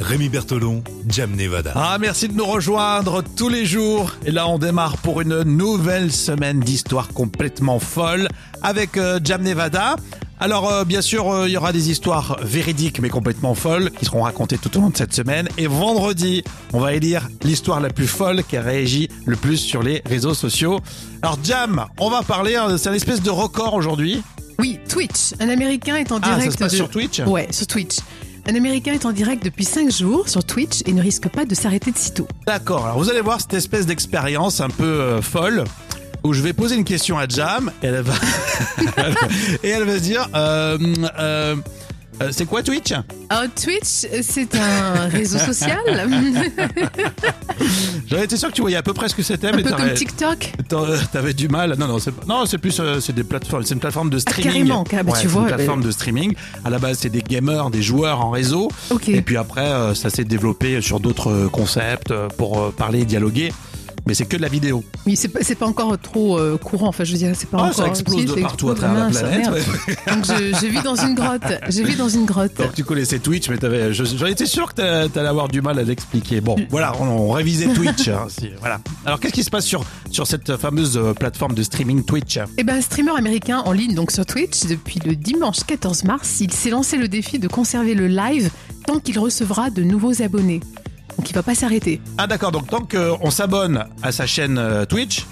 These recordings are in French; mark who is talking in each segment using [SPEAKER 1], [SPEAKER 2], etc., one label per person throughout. [SPEAKER 1] Rémi Bertolon, Jam Nevada.
[SPEAKER 2] Ah, merci de nous rejoindre tous les jours. Et là, on démarre pour une nouvelle semaine d'histoires complètement folles avec euh, Jam Nevada. Alors, euh, bien sûr, euh, il y aura des histoires véridiques mais complètement folles qui seront racontées tout au long de cette semaine. Et vendredi, on va élire l'histoire la plus folle qui a réagi le plus sur les réseaux sociaux. Alors, Jam, on va parler, hein, c'est un espèce de record aujourd'hui.
[SPEAKER 3] Oui, Twitch. Un Américain est en
[SPEAKER 2] Ah,
[SPEAKER 3] direct.
[SPEAKER 2] ça se passe
[SPEAKER 3] de-
[SPEAKER 2] sur Twitch
[SPEAKER 3] Ouais, sur Twitch. Un Américain est en direct depuis 5 jours sur Twitch et ne risque pas de s'arrêter de sitôt.
[SPEAKER 2] D'accord, alors vous allez voir cette espèce d'expérience un peu euh, folle où je vais poser une question à Jam et elle va, et elle va se dire euh, euh, euh, C'est quoi Twitch
[SPEAKER 3] Alors, Oh, Twitch, c'est un réseau social,
[SPEAKER 2] J'avais été sûr que tu voyais à peu près ce que c'était,
[SPEAKER 3] un
[SPEAKER 2] mais
[SPEAKER 3] peu comme
[SPEAKER 2] t'aurais-
[SPEAKER 3] TikTok.
[SPEAKER 2] t'en- euh, t'avais du mal. Non, non, c'est pas- non, c'est plus euh, c'est des plateformes, c'est une plateforme de streaming.
[SPEAKER 3] Ah, carrément, car- mais
[SPEAKER 2] Ouais,
[SPEAKER 3] tu
[SPEAKER 2] c'est
[SPEAKER 3] vois,
[SPEAKER 2] une plateforme de streaming. À la base, c'est des gamers, des joueurs en réseau.
[SPEAKER 3] Ok.
[SPEAKER 2] Et puis après, euh, ça s'est développé sur d'autres euh, concepts euh, pour euh, parler, dialoguer. Mais c'est que de la vidéo.
[SPEAKER 3] Oui, c'est pas, c'est pas encore trop euh, courant. Enfin, je veux dire, c'est pas
[SPEAKER 2] Ah,
[SPEAKER 3] encore.
[SPEAKER 2] ça explose
[SPEAKER 3] si,
[SPEAKER 2] de
[SPEAKER 3] ça
[SPEAKER 2] partout à
[SPEAKER 3] explose.
[SPEAKER 2] travers la
[SPEAKER 3] Mince,
[SPEAKER 2] planète.
[SPEAKER 3] merde.
[SPEAKER 2] ouais.
[SPEAKER 3] Donc, je, je vis dans une grotte. Je vis dans une grotte.
[SPEAKER 2] Donc tu connaissais Twitch, mais t'avais, je- j'en étais sûr que t'a- t'allais avoir du mal à l'expliquer. Bon, voilà, on, on révisait Twitch. hein, si- voilà. Alors qu'est-ce qui se passe sur, sur cette fameuse euh, plateforme de streaming Twitch
[SPEAKER 3] Eh ben, un streamer américain en ligne donc sur Twitch depuis le dimanche 14 mars, il s'est lancé le défi de conserver le live tant qu'il recevra de nouveaux abonnés. Donc il va pas s'arrêter.
[SPEAKER 2] Ah d'accord, donc tant qu'on s'abonne à sa chaîne euh, Twitch,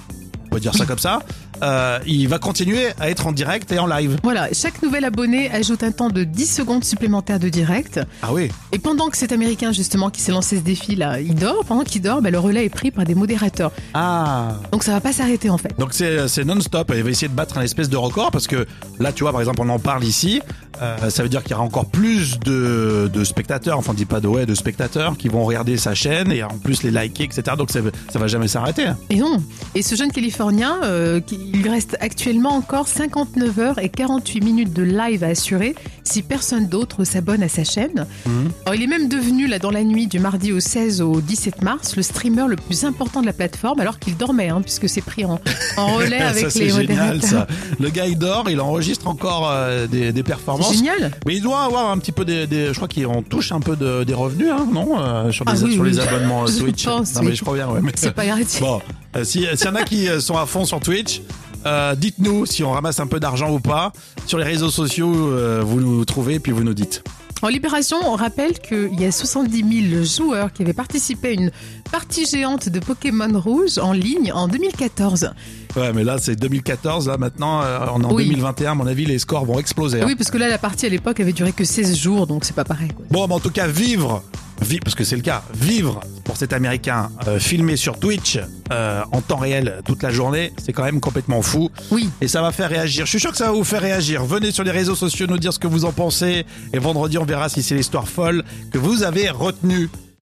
[SPEAKER 2] on peut dire ça comme ça, euh, il va continuer à être en direct et en live.
[SPEAKER 3] Voilà, chaque nouvel abonné ajoute un temps de 10 secondes supplémentaires de direct.
[SPEAKER 2] Ah oui
[SPEAKER 3] Et pendant que cet américain justement qui s'est lancé ce défi là, il dort, pendant qu'il dort, ben, le relais est pris par des modérateurs.
[SPEAKER 2] Ah
[SPEAKER 3] Donc ça va pas s'arrêter en fait.
[SPEAKER 2] Donc c'est c'est non-stop, il va essayer de battre un espèce de record parce que là tu vois par exemple on en parle ici, euh, ça veut dire qu'il y aura encore plus de, de spectateurs, enfin on dit pas de ouais, de spectateurs qui vont regarder sa chaîne et en plus les liker etc. Donc ça, ça va jamais s'arrêter.
[SPEAKER 3] Et non. Et ce jeune Californien, euh, qui- il lui reste actuellement encore 59 heures et 48 minutes de live à assurer si personne d'autre s'abonne à sa chaîne.
[SPEAKER 2] Mhm.
[SPEAKER 3] Alors, il est même devenu, là, dans la nuit du mardi au 16 au 17 mars, le streamer le plus important de la plateforme alors qu'il dormait, hein, puisque c'est pris en, en relais
[SPEAKER 2] ça
[SPEAKER 3] avec
[SPEAKER 2] c'est
[SPEAKER 3] les
[SPEAKER 2] génial
[SPEAKER 3] modérateurs.
[SPEAKER 2] ça. Le gars il dort, il enregistre encore euh, des, des performances.
[SPEAKER 3] Génial
[SPEAKER 2] Mais il doit avoir un petit peu des, des- je crois qu'on touche un peu de- des revenus, hein, non, euh, sur, les,
[SPEAKER 3] Ah oui,
[SPEAKER 2] sur
[SPEAKER 3] oui.
[SPEAKER 2] les abonnements euh,
[SPEAKER 3] Je
[SPEAKER 2] Twitch.
[SPEAKER 3] pense,
[SPEAKER 2] non mais
[SPEAKER 3] oui.
[SPEAKER 2] je crois bien, ouais. mais-
[SPEAKER 3] C'est pas garanti.
[SPEAKER 2] Bon, euh, si- s'il y en a qui euh, sont à fond sur Twitch, euh, dites-nous si on ramasse un peu d'argent ou pas. Sur les réseaux sociaux, euh, vous nous trouvez puis vous nous dites.
[SPEAKER 3] En Libération, on rappelle qu'il y a 70 000 joueurs qui avaient participé à une partie géante de Pokémon Rouge en ligne en 2014.
[SPEAKER 2] Ouais, mais là c'est 2014, là maintenant euh, on est en
[SPEAKER 3] Oui.
[SPEAKER 2] 2021, à mon avis les scores vont exploser. hein.
[SPEAKER 3] Oui, parce que là, la partie à l'époque avait duré que 16 jours, donc c'est pas pareil. Quoi.
[SPEAKER 2] Bon, mais en tout cas vivre, vi- parce que c'est le cas, vivre pour cet Américain euh, filmé sur Twitch euh, en temps réel toute la journée, c'est quand même complètement fou.
[SPEAKER 3] Oui.
[SPEAKER 2] Et ça va faire réagir. Je suis sûr que ça va vous faire réagir. Venez sur les réseaux sociaux nous dire ce que vous en pensez. Et vendredi, on verra si c'est l'histoire folle que vous avez retenue.